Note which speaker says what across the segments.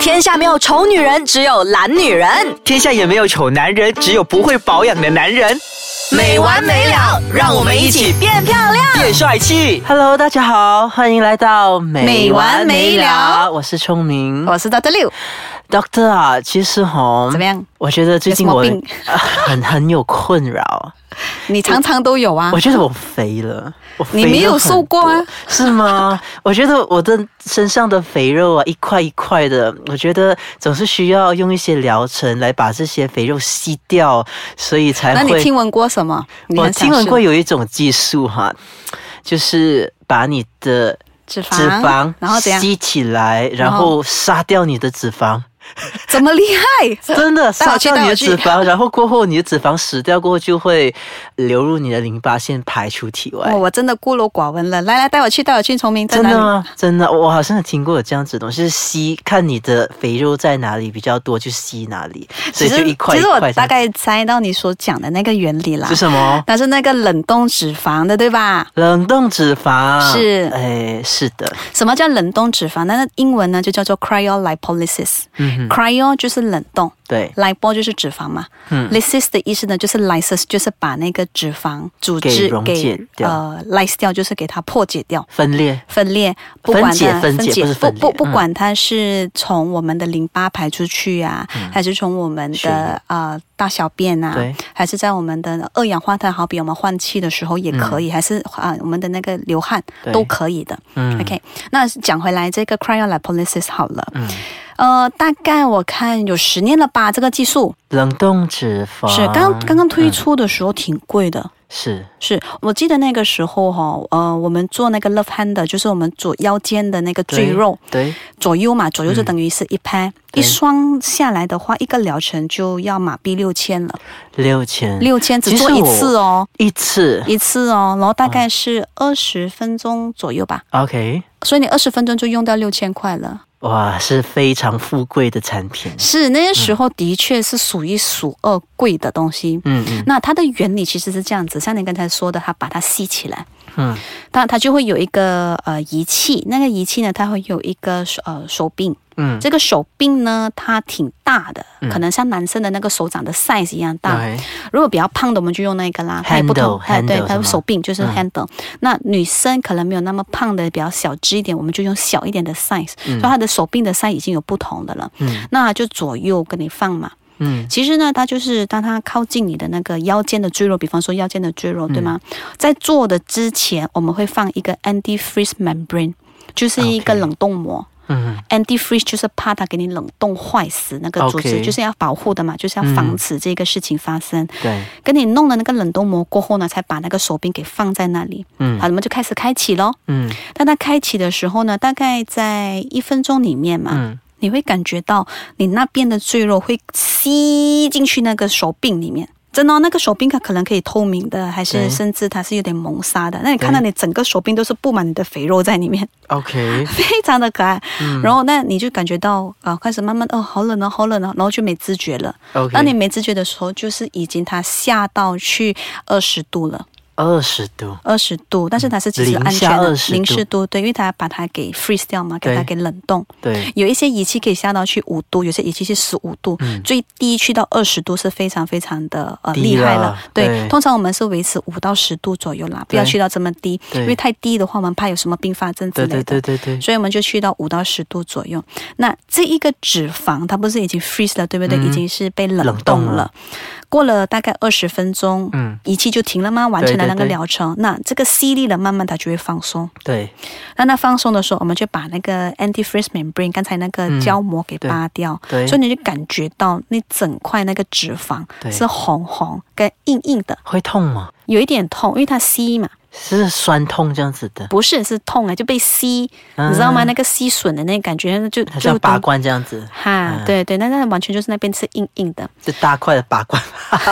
Speaker 1: 天下没有丑女人，只有懒女人。
Speaker 2: 天下也没有丑男人，只有不会保养的男人。
Speaker 1: 没完没了，让我们一起变漂亮。
Speaker 2: 变帅气。
Speaker 3: Hello，大家好，欢迎来到美
Speaker 1: 美完没了
Speaker 3: 我是聪明
Speaker 1: 我是 Dr. 六，
Speaker 3: Doctor 啊，其实哈，
Speaker 1: 怎么样
Speaker 3: 我觉得最近
Speaker 1: 有什么
Speaker 3: 我
Speaker 1: 病
Speaker 3: 很很有困扰，
Speaker 1: 你常常都有啊
Speaker 3: 我。觉得我肥了，我肥
Speaker 1: 你没有
Speaker 3: 了很
Speaker 1: 瘦过啊
Speaker 3: 多？是吗？ 我觉得我的身上的肥肉啊，一块一块的，我觉得总是需要用一些疗程来把这些肥肉吸掉，所以才
Speaker 1: 那
Speaker 3: 会
Speaker 1: 你听闻过什么？你
Speaker 3: 我
Speaker 1: 很想
Speaker 3: 听闻
Speaker 1: 试
Speaker 3: 过有一种技术哈，就是把你的
Speaker 1: 脂肪，
Speaker 3: 脂肪
Speaker 1: 然后怎样？
Speaker 3: 吸起来，然
Speaker 1: 然后
Speaker 3: 后杀掉你的 脂肪，
Speaker 1: 怎么厉害？
Speaker 3: 真的
Speaker 1: 带我
Speaker 3: 杀
Speaker 1: 去
Speaker 3: 掉你
Speaker 1: 带我
Speaker 3: 的
Speaker 1: 去
Speaker 3: 脂肪，然后过后你的脂肪死掉过后就会流入你的淋巴腺排出体外
Speaker 1: 哦，。我真的孤陋寡闻了。来来，带我去，带我去。崇明在
Speaker 3: 真
Speaker 1: 哪
Speaker 3: 的啊
Speaker 1: 里？
Speaker 3: 吗？真的，我好像有听过有这样子的东西，就是吸看你的肥肉在哪里比较多，就吸哪里，所以就一块
Speaker 1: 其
Speaker 3: 一
Speaker 1: 实我
Speaker 3: 块这
Speaker 1: 大
Speaker 3: 样。
Speaker 1: 概猜到你所讲的那个原理啦
Speaker 3: 是。什么？
Speaker 1: 那是那个冷冻脂肪的，对吧？
Speaker 3: 冷冻脂肪
Speaker 1: 是
Speaker 3: 哎，是的，
Speaker 1: 什么叫冷冻脂肪？那英文呢就叫做 cryolipolysis。
Speaker 3: 嗯哼，
Speaker 1: cryo 就是冷冻
Speaker 3: 对，
Speaker 1: ，lipo 就是脂肪嘛。
Speaker 3: 嗯
Speaker 1: lysis 的意思呢就是 lysis，就是把那个脂肪组织
Speaker 3: 给溶
Speaker 1: 给
Speaker 3: 解掉
Speaker 1: 呃 lyse 掉，就是给它破解掉。
Speaker 3: 分裂，
Speaker 1: 分裂，不管它
Speaker 3: 分解分解不是
Speaker 1: 不
Speaker 3: 分裂
Speaker 1: 不不
Speaker 3: 嗯
Speaker 1: 管它是从我们的淋巴排出去啊，还是从我们
Speaker 3: 血
Speaker 1: 的
Speaker 3: 液
Speaker 1: 呃大小便啊，
Speaker 3: 嗯对
Speaker 1: 还是在我们的二氧化碳，好比我们换气的时候也可以，还是啊、我们的那个流汗
Speaker 3: 嗯对
Speaker 1: 都可以的。
Speaker 3: 嗯
Speaker 1: OK，那讲回来这个 cryolipolysis 好了，
Speaker 3: 嗯，
Speaker 1: 呃，大概我看有十年了吧，这个技术
Speaker 3: 冷冻脂肪
Speaker 1: 是刚刚刚推
Speaker 3: 嗯
Speaker 1: 出的时候挺贵的。
Speaker 3: 是
Speaker 1: 是我记得那个时候哈、呃，我们做那个 left hand 的，就是我们左腰间的那个
Speaker 3: 对
Speaker 1: 赘肉，
Speaker 3: 对，
Speaker 1: 左右嘛，左右就
Speaker 3: 嗯
Speaker 1: 等于是一拍、一
Speaker 3: 对
Speaker 1: 双下来的话，一个疗程就要马币六千了，
Speaker 3: 六千
Speaker 1: 六千只
Speaker 3: 其实
Speaker 1: 做一
Speaker 3: 我
Speaker 1: 次哦，
Speaker 3: 一次
Speaker 1: 一次哦， 然后大概是二十分钟左右吧，
Speaker 3: ，OK，
Speaker 1: 所以你二十分钟就用掉六千块
Speaker 3: 嗯
Speaker 1: 了。
Speaker 3: 哇，是非常富贵的产品，
Speaker 1: 是那些时候的确是数一数二贵的东西。
Speaker 3: 嗯嗯
Speaker 1: 那它的原理其实是这样子，像你刚才说的，它把它吸起来，
Speaker 3: 嗯，
Speaker 1: 它它就会有一个呃仪器，那个仪器呢，它会有一个手呃手柄，
Speaker 3: 嗯，
Speaker 1: 这个手柄呢，它挺大的，
Speaker 3: 嗯
Speaker 1: 可能像男生的那个手掌的 size 一样大。
Speaker 3: 对
Speaker 1: 如果比较胖的，我们就用那个啦。它也不同
Speaker 3: Handle，
Speaker 1: 哎对
Speaker 3: handle，
Speaker 1: 它
Speaker 3: 是吗
Speaker 1: 手柄就是
Speaker 3: 嗯
Speaker 1: handle、那女生可能没有那么胖的，比较小只一点，我们就用小一点的 size、所以它的手柄的 size 已经有不同的了。
Speaker 3: 嗯
Speaker 1: 那就左右跟你放嘛。
Speaker 3: 嗯
Speaker 1: 其实呢，它就是当它靠近你的那个腰间的赘肉，比方说腰间的赘
Speaker 3: 嗯
Speaker 1: 肉，对吗？在做的之前，我们会放一个 anti-freeze membrane，就是一个
Speaker 3: OK
Speaker 1: 冷冻膜。
Speaker 3: 嗯
Speaker 1: anti-freeze 就是怕它给你冷冻坏死那个组织
Speaker 3: OK 嗯
Speaker 1: 就是要保护的嘛，就是要防止这个事情发生。
Speaker 3: 对，
Speaker 1: 跟你弄了那个冷冻膜过后呢，才把那个手柄给放在那里。
Speaker 3: 嗯
Speaker 1: 好，我们就开始开启咯。
Speaker 3: 嗯
Speaker 1: 当它开启的时候呢，大概在一分钟里面嘛，
Speaker 3: 嗯
Speaker 1: 你会感觉到你那边的赘肉会吸进去那个手柄里面。真的哦、那个手柄它可能可以透明的，还是
Speaker 3: 对
Speaker 1: 甚至它是有点蒙纱的。那你看到
Speaker 3: 对
Speaker 1: 你整个手柄都是布满你的肥肉在里面，
Speaker 3: ，OK，
Speaker 1: 非常的可爱。
Speaker 3: 嗯
Speaker 1: 然后那你就感觉到啊，开始慢慢哦，好冷哦，好冷哦，然后就没知觉了。
Speaker 3: OK，
Speaker 1: 当你没知觉的时候，就是已经它下到去二十度了，
Speaker 3: 二十度，
Speaker 1: 二十度，但是它是其实
Speaker 3: 零
Speaker 1: 安全
Speaker 3: 下
Speaker 1: 的
Speaker 3: 20
Speaker 1: 零
Speaker 3: 度
Speaker 1: 十度，对，因为它把它给 freeze 掉嘛，给它给
Speaker 3: 对
Speaker 1: 冷冻。
Speaker 3: 对，
Speaker 1: 有一些仪器可以下到去五度，有些仪器是十五度，
Speaker 3: 嗯
Speaker 1: 最低去到二十度是非常非常的呃
Speaker 3: 低
Speaker 1: 厉害了
Speaker 3: 啦。
Speaker 1: 对，
Speaker 3: 对
Speaker 1: 通常我们是维持五到十度左右啦，不要
Speaker 3: 对
Speaker 1: 去到这么低，
Speaker 3: 对
Speaker 1: 因为太低的话，我们怕有什么并发症之类
Speaker 3: 对
Speaker 1: 的。
Speaker 3: 对对对对，
Speaker 1: 所以我们就去到五到十度左右。那这一个脂肪，它不是已经 freeze 了，对不对？
Speaker 3: 嗯
Speaker 1: 已经是被冷
Speaker 3: 冷
Speaker 1: 冻
Speaker 3: 冻
Speaker 1: 了。
Speaker 3: 了
Speaker 1: 过了大概二十分钟，
Speaker 3: 嗯
Speaker 1: 仪器就停了吗？完成了
Speaker 3: 对对
Speaker 1: 那个
Speaker 3: 对
Speaker 1: 疗程。那这个吸力了，慢慢它就会放松。
Speaker 3: 对，
Speaker 1: 那它放松的时候，我们就把那个 anti-freeze membrane 刚才那个
Speaker 3: 嗯
Speaker 1: 胶膜给
Speaker 3: 对
Speaker 1: 扒掉。
Speaker 3: 对
Speaker 1: 所以你就感觉到那整块那个脂肪
Speaker 3: 对
Speaker 1: 是红红跟硬硬的，
Speaker 3: 会痛吗？
Speaker 1: 有一点痛，因为它吸嘛，
Speaker 3: 是酸痛这样子的，
Speaker 1: 不是是痛哎，就被吸，你知道吗？那个吸吮的那个感觉，就
Speaker 3: 嗯它
Speaker 1: 就
Speaker 3: 像拔
Speaker 1: 懂
Speaker 3: 罐这样子，
Speaker 1: 哈，
Speaker 3: 嗯
Speaker 1: 对对，那那完全就是那边是硬硬的，
Speaker 3: 是大块的拔罐，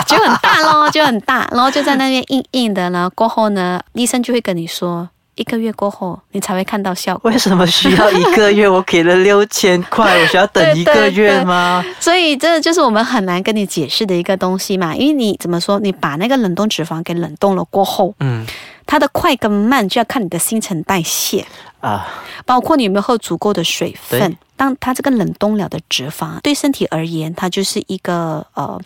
Speaker 1: 就很大咯，就很大，然后就在那边硬硬的，然后过后呢，医生就会跟你说，一个月过后你才会看到效果。
Speaker 3: 为什么需要一个月？我给了六千块，我需要等一个 月吗？
Speaker 1: 所以这就是我们很难跟你解释的一个东西嘛，因为你怎么说，你把那个冷冻脂肪给冷冻了过后，
Speaker 3: 嗯
Speaker 1: 它的快跟慢就要看你的新陈代谢，
Speaker 3: 啊，
Speaker 1: 包括你有没有喝足够的水分
Speaker 3: 对。
Speaker 1: 当它这个冷冻了的脂肪对身体而言，它就是一个呃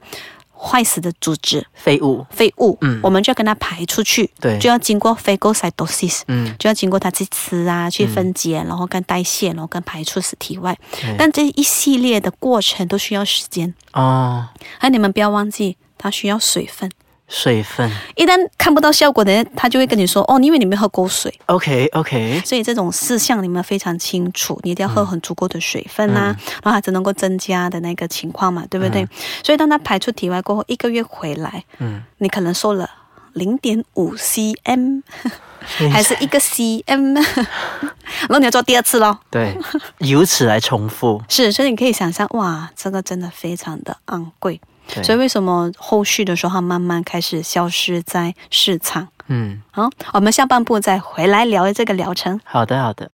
Speaker 1: 坏死的组织
Speaker 3: 废物，
Speaker 1: 废物，
Speaker 3: 嗯
Speaker 1: 我们就要跟它排出去，
Speaker 3: 对
Speaker 1: 就要经过 phagocytosis，
Speaker 3: 嗯，
Speaker 1: 就要经过它去吃啊，去分解，然后跟代谢，然后跟排出体外。
Speaker 3: 对
Speaker 1: 但这一系列的过程都需要时间，
Speaker 3: 哦，
Speaker 1: 而哎你们不要忘记，它需要水分。
Speaker 3: 水分
Speaker 1: 一旦看不到效果的人，他就会跟你说：“哦，你因为你没有喝够水。”
Speaker 3: ，OK OK，
Speaker 1: 所以这种事项你们非常清楚，你一定要喝很足够的水分啊，然后它才能够增加的那个情况嘛，对不对？所以当它排出体外过后，一个月回来，
Speaker 3: 嗯，
Speaker 1: 你可能瘦了。零点五 cm 还是一个 cm，然后你要做第二次咯。
Speaker 3: 对，由此来重复，
Speaker 1: 是，所以你可以想象，哇，这个真的非常的昂贵。
Speaker 3: 对
Speaker 1: 所以为什么后续的时候它慢慢开始消失在市场？
Speaker 3: 嗯。
Speaker 1: 好，我们下半部再回来聊这个疗程。
Speaker 3: 好的，好的。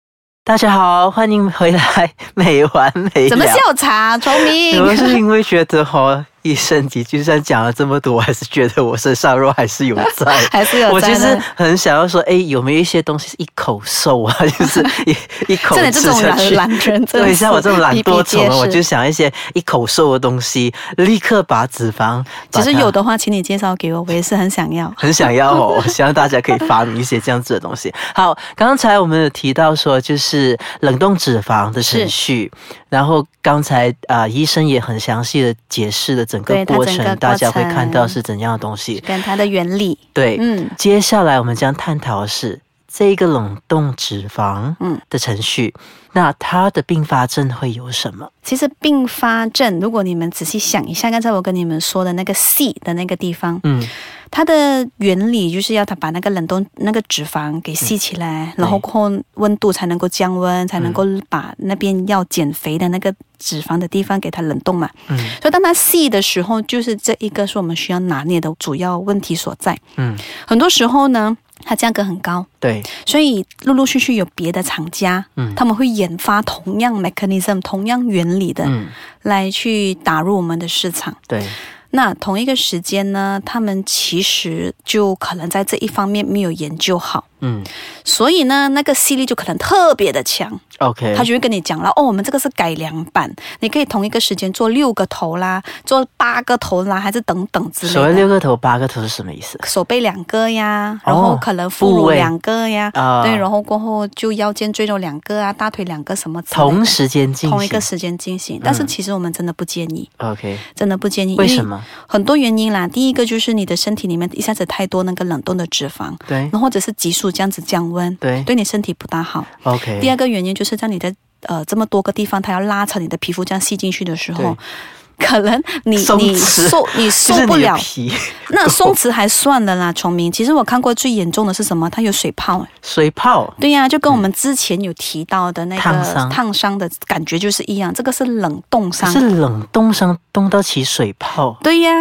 Speaker 3: 大家好，欢迎回来，美完美了。
Speaker 1: 怎么笑场，崇明？
Speaker 3: 哎啊 我是因为觉得哦，一身体就算讲了这么多，我还是觉得我身上肉还是有在。
Speaker 1: 还是有
Speaker 3: 我
Speaker 1: 在
Speaker 3: 其实
Speaker 1: 那
Speaker 3: 很想要说，哎，有没有一些东西是一口瘦啊？ 就是一一口
Speaker 1: 像你
Speaker 3: 吃
Speaker 1: 这种
Speaker 3: 下去。
Speaker 1: 懒 懒人，真的
Speaker 3: 对，
Speaker 1: 是
Speaker 3: 像我这种懒
Speaker 1: 比比
Speaker 3: 惰
Speaker 1: 皆
Speaker 3: 虫啊，我
Speaker 1: 是
Speaker 3: 就想一些一口瘦的东西，立刻把脂肪。
Speaker 1: 其实有
Speaker 3: 的。
Speaker 1: 的话，请你介绍给我，我也是很想要。
Speaker 3: 很想要 哦，我希望大家可以发明一些这样子的东西。好，刚才我们有提到说，就是冷冻脂肪的程序，然后刚才啊、呃医生也很详细的解释了整个
Speaker 1: 对它
Speaker 3: 过
Speaker 1: 整
Speaker 3: 程，
Speaker 1: 个过
Speaker 3: 大家会看到
Speaker 1: 程
Speaker 3: 是怎样的东西。
Speaker 1: 跟它的原理，
Speaker 3: 对，
Speaker 1: 嗯，
Speaker 3: 接下来我们将探讨的是这一个冷冻脂肪
Speaker 1: 嗯
Speaker 3: 的程序，那它的并发症会有什么？
Speaker 1: 其实并发症，如果你们仔细想一下，刚才我跟你们说的那个 C 的那个地方，
Speaker 3: 嗯，
Speaker 1: 它的原理就是要它把那个冷冻那个脂肪给吸起来，然后过后温度才能够降温，才能够
Speaker 3: 嗯
Speaker 1: 把那边要减肥的那个脂肪的地方给它冷冻嘛。
Speaker 3: 嗯
Speaker 1: 所以当它细的时候，就是这一个是我们需要拿捏的主要问题所在。
Speaker 3: 嗯，
Speaker 1: 很多时候呢，它价格很高，
Speaker 3: 对，
Speaker 1: 所以陆陆续续有别的厂家，
Speaker 3: 嗯
Speaker 1: 他们会研发同样 mechanism、同样原理的、
Speaker 3: 嗯，
Speaker 1: 来去打入我们的市场。
Speaker 3: 对，
Speaker 1: 那同一个时间呢，他们其实就可能在这一方面没有研究好，
Speaker 3: 嗯
Speaker 1: 所以呢，那个吸力就可能特别的强，
Speaker 3: ，OK，
Speaker 1: 他就会跟你讲了，哦，我们这个是改良版，你可以同一个时间做六个头啦，做八个头啦，还是等等之类的。
Speaker 3: 所谓六个头八个头是什么意思？
Speaker 1: 手背两个呀，
Speaker 3: 哦
Speaker 1: 然后可能副
Speaker 3: 部
Speaker 1: 乳
Speaker 3: 位
Speaker 1: 两个呀，
Speaker 3: 啊
Speaker 1: 对，然后过后就腰间赘肉两个啊，大腿两个什么之类的
Speaker 3: 同时间进行，
Speaker 1: 同一个时间进行，但是其实我们真的不建议，
Speaker 3: OK，
Speaker 1: 真的不建议，
Speaker 3: 为什？么？
Speaker 1: 很多原因啦，第一个就是你的身体里面一下子太多那个冷冻的脂肪，
Speaker 3: 对
Speaker 1: 然后或者是急速这样子降温，
Speaker 3: 嗯对
Speaker 1: 对你身体不大好。
Speaker 3: ，OK。
Speaker 1: 哦第二个原因就是在你的呃这么多个地方，它要拉扯你的皮肤这样吸进去的时候
Speaker 3: 对。
Speaker 1: 可能你
Speaker 3: 松
Speaker 1: 你
Speaker 3: 弛
Speaker 1: 受你
Speaker 3: 就
Speaker 1: 受
Speaker 3: 是
Speaker 1: 不
Speaker 3: 你的
Speaker 1: 了，
Speaker 3: 皮
Speaker 1: 那松弛还算了啦，崇明。其实我看过最严重的是什么？它有水泡、哎
Speaker 3: 水泡，
Speaker 1: 对呀、就跟我们之前有提到的那个
Speaker 3: 烫伤
Speaker 1: 烫伤的感觉就是一样，这个是冷冻
Speaker 3: 可
Speaker 1: 伤。
Speaker 3: 是冷冻伤冻到起水泡，
Speaker 1: 对呀、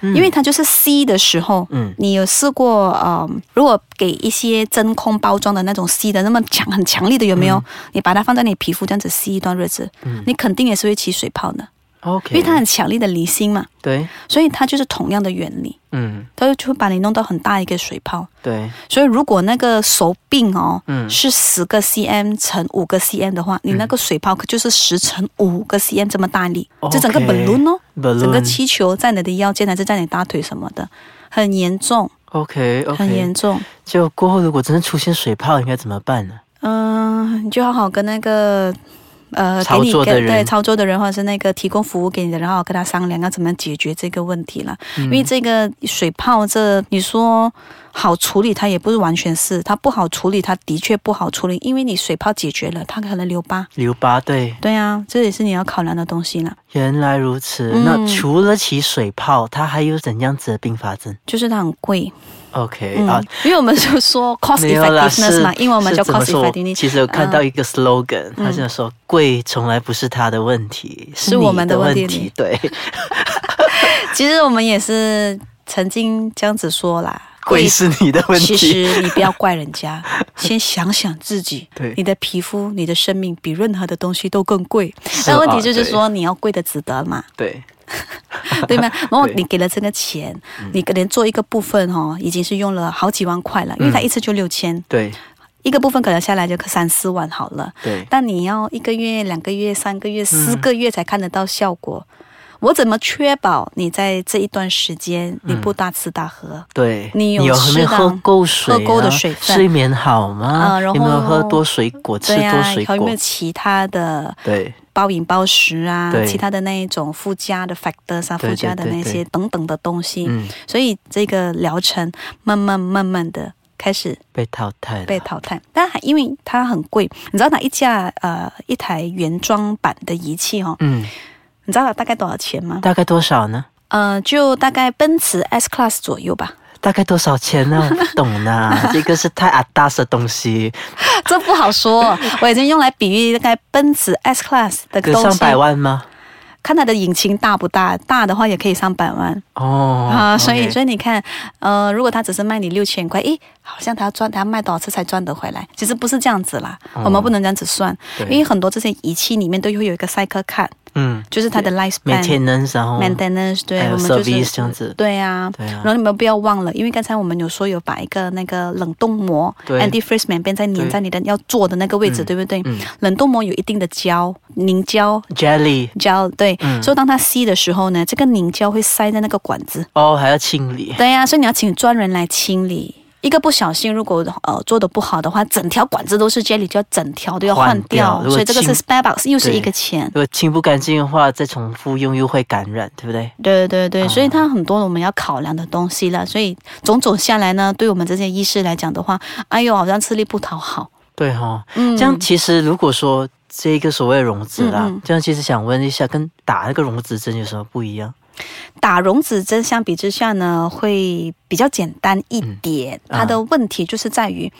Speaker 3: 嗯
Speaker 1: 因为它就是吸的时候，
Speaker 3: 嗯
Speaker 1: 你有试过呃，如果给一些真空包装的那种吸的那么强很强力的有没
Speaker 3: 嗯
Speaker 1: 有？你把它放在你皮肤这样子吸一段日子，你肯定也是会起水泡的，
Speaker 3: ，OK，
Speaker 1: 因为它很强力的离心嘛，
Speaker 3: 对，
Speaker 1: 所以它就是同样的原理，
Speaker 3: 嗯，
Speaker 1: 它就会把你弄到很大一个水泡。
Speaker 3: 对，
Speaker 1: 所以如果那个手柄哦，
Speaker 3: 嗯
Speaker 1: 是十个 cm 乘五个 cm 的话，你那个水泡可就是十乘五个 cm 这么大力，就整个
Speaker 3: OK，
Speaker 1: balloon 哦
Speaker 3: balloon
Speaker 1: 整个气球在你的腰间还是在你大腿什么的，很严重，
Speaker 3: ，OK
Speaker 1: 很
Speaker 3: OK，
Speaker 1: 严重。
Speaker 3: 就过后如果真的出现水泡，应该怎么办呢？
Speaker 1: 嗯、你就好好跟那个。呃，给
Speaker 3: 操
Speaker 1: 你
Speaker 3: 作的
Speaker 1: 跟对
Speaker 3: 人
Speaker 1: 操作的人，或者是那个提供服务给你的，然后跟他商量要怎么解决这个问题了。
Speaker 3: 嗯
Speaker 1: 因为这个水泡这，你说好处理，它也不是完全是，它不好处理，它的确不好处理，因为你水泡解决了，它可能留疤。
Speaker 3: 留疤，对，
Speaker 1: 对啊，这也是你要考量的东西啦，
Speaker 3: 原来如此。
Speaker 1: 嗯
Speaker 3: 那除了起水泡，它还有怎样子的并发症
Speaker 1: 就是它很贵，
Speaker 3: ？OK
Speaker 1: 嗯
Speaker 3: 啊，，
Speaker 1: 因为我们就说 cost
Speaker 3: 没有啦，
Speaker 1: effectiveness 嘛，英文我们
Speaker 3: 是
Speaker 1: 叫
Speaker 3: 怎么
Speaker 1: cost
Speaker 3: 说
Speaker 1: effectiveness，
Speaker 3: 其实有看
Speaker 1: 嗯
Speaker 3: 到一个 slogan，、他
Speaker 1: 嗯
Speaker 3: 就说贵从来不是他的问题，
Speaker 1: 是我
Speaker 3: 你
Speaker 1: 们的
Speaker 3: 的
Speaker 1: 问题
Speaker 3: 题。对，
Speaker 1: 其实我们也是曾经这样子说啦，
Speaker 3: 贵是你的问
Speaker 1: 其
Speaker 3: 题。
Speaker 1: 实你不要怪人 家，先想想自己。
Speaker 3: 对
Speaker 1: 你的皮肤、你的生命比任何的东西都更贵。
Speaker 3: 是
Speaker 1: 但问
Speaker 3: 啊
Speaker 1: 题就是
Speaker 3: 对
Speaker 1: 说，你要贵的值得 嘛，
Speaker 3: 对，
Speaker 1: 对吗？然后
Speaker 3: 对嗯
Speaker 1: 你给了这个钱，
Speaker 3: 嗯
Speaker 1: 你可能做一个部分哦，已经是用了好几万块了，因为它一次就六千，
Speaker 3: 对，
Speaker 1: 一个部分可能下来就三四万好了，
Speaker 3: 对，嗯
Speaker 1: 但你要一个月、两个月、三个月、四个月才看得到效果。我怎么确保你在这一段时间你
Speaker 3: 嗯
Speaker 1: 不大吃大喝？
Speaker 3: 对，
Speaker 1: 你有
Speaker 3: 有
Speaker 1: 适
Speaker 3: 没有喝
Speaker 1: 当
Speaker 3: 够水、啊？
Speaker 1: 喝够的水分
Speaker 3: 睡眠好吗？
Speaker 1: 啊然后
Speaker 3: 有没有喝多水果？吃
Speaker 1: 对呀、
Speaker 3: 多水
Speaker 1: 还有
Speaker 3: 果
Speaker 1: 没有？其他的
Speaker 3: 对
Speaker 1: 暴饮暴食啊
Speaker 3: 对，
Speaker 1: 其他的那一种附加的 factors 啊，
Speaker 3: 对对
Speaker 1: 附加的那
Speaker 3: 对
Speaker 1: 些
Speaker 3: 对
Speaker 1: 等等的东西。
Speaker 3: 嗯，
Speaker 1: 所以这个疗程慢慢慢慢的开始
Speaker 3: 被淘汰了。
Speaker 1: 被淘汰，但还因为它很贵，你知道哪一架呃一台原装版的仪器哦，
Speaker 3: 嗯，
Speaker 1: 你知道它大概多少钱吗？
Speaker 3: 大概多少呢？
Speaker 1: 呃，就大概奔驰 S Class 左右吧，
Speaker 3: 大概多少钱 呢？我不懂呢，这个是太阿达的东西，
Speaker 1: 这不好 说，哦我已经用来比喻大概奔驰 S Class 的
Speaker 3: 跟
Speaker 1: 东
Speaker 3: 上
Speaker 1: 西，
Speaker 3: 百万吗？
Speaker 1: 看它的引擎大不大，大的话也可以上百万。
Speaker 3: 哦，
Speaker 1: 啊、所以
Speaker 3: OK
Speaker 1: 所以你看，呃，如果他只是卖你六千块，诶，好像他赚他卖多少次才赚得回来？其实不是这样子啦，我们不能这样子算，
Speaker 3: 哦对
Speaker 1: 因为很多这些仪器里面都会有一个 cycle cut，
Speaker 3: 嗯
Speaker 1: 就是它的 lifespan。
Speaker 3: ，maintenance 然后
Speaker 1: maintenance 对
Speaker 3: 还，有
Speaker 1: 我们就是
Speaker 3: service 这样子
Speaker 1: 对啊，
Speaker 3: 对啊
Speaker 1: 然后你们不要忘了，因为刚才我们有说有把一个那个冷冻膜
Speaker 3: 对
Speaker 1: antifreeze 棉被在粘
Speaker 3: 对
Speaker 1: 在你的要做的那个位置，
Speaker 3: 嗯
Speaker 1: 对不对？
Speaker 3: 嗯
Speaker 1: 冷冻膜有一定的胶凝胶
Speaker 3: jelly
Speaker 1: 胶，对，
Speaker 3: 嗯
Speaker 1: 所以当它吸的时候呢，这个凝胶会塞在那个管子，
Speaker 3: 哦，还要清理，
Speaker 1: 对呀、所以你要请专人来清理。一个不小心，如果呃做的不好的话，整条管子都是 jelly，就要整条都要换掉。
Speaker 3: 换掉如果
Speaker 1: 所以这个是
Speaker 3: 清
Speaker 1: spare box，又是
Speaker 3: 对
Speaker 1: 一个钱
Speaker 3: 如。果清不干净的话，再重复用又会感染，对不对？
Speaker 1: 对对对，啊所以它很多我们要考量的东西了。所以种种下来呢，对我们这些医师来讲的话，哎呦，好像吃力不讨好。
Speaker 3: 对哈、哦，
Speaker 1: 嗯，
Speaker 3: 这样其实如果说这个所谓融资啦，
Speaker 1: 嗯嗯
Speaker 3: 这样其实想问一下，跟打那个融资针有什么不一样？
Speaker 1: 打溶脂针相比之下呢，会比较简单一点。
Speaker 3: 嗯啊
Speaker 1: 它的问题就是在于，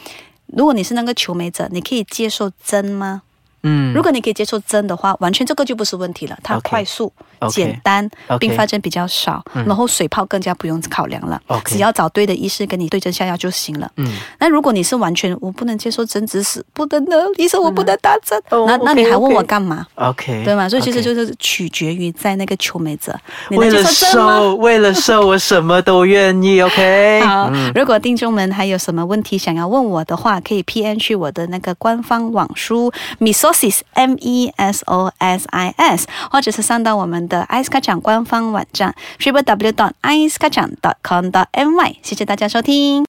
Speaker 1: 如果你是那个求美者，你可以接受针吗？
Speaker 3: 嗯，
Speaker 1: 如果你可以接受针的话，完全这个就不是问题了，它
Speaker 3: OK
Speaker 1: 快速、
Speaker 3: OK
Speaker 1: 简单
Speaker 3: OK
Speaker 1: 并发症比较少，
Speaker 3: 嗯
Speaker 1: 然后水泡更加不用考量了
Speaker 3: OK
Speaker 1: 只要找对的医师跟你对症下药就行了。
Speaker 3: 嗯，
Speaker 1: 那如果你是完全我不能接受针，只是不能呢，医生我不能打针，
Speaker 3: 嗯哦
Speaker 1: 那
Speaker 3: OK，
Speaker 1: 那你还问我
Speaker 3: OK
Speaker 1: 干嘛
Speaker 3: OK，
Speaker 1: 对吗？所以其实
Speaker 3: OK
Speaker 1: 就是取决于在那个求美者，你能
Speaker 3: 为
Speaker 1: 接
Speaker 3: 了
Speaker 1: 受针吗？
Speaker 3: 瘦，为了瘦，我什么都愿意。OK，
Speaker 1: 好，如果听众们还有什么问题想要问我的话，可以 P N 去我的那个官方网书 Mesosis M E S O S I S，或者是上到我们的 Ice 卡场官方网站 triple w dot ice 卡场 dot com dot my。谢谢大家收听。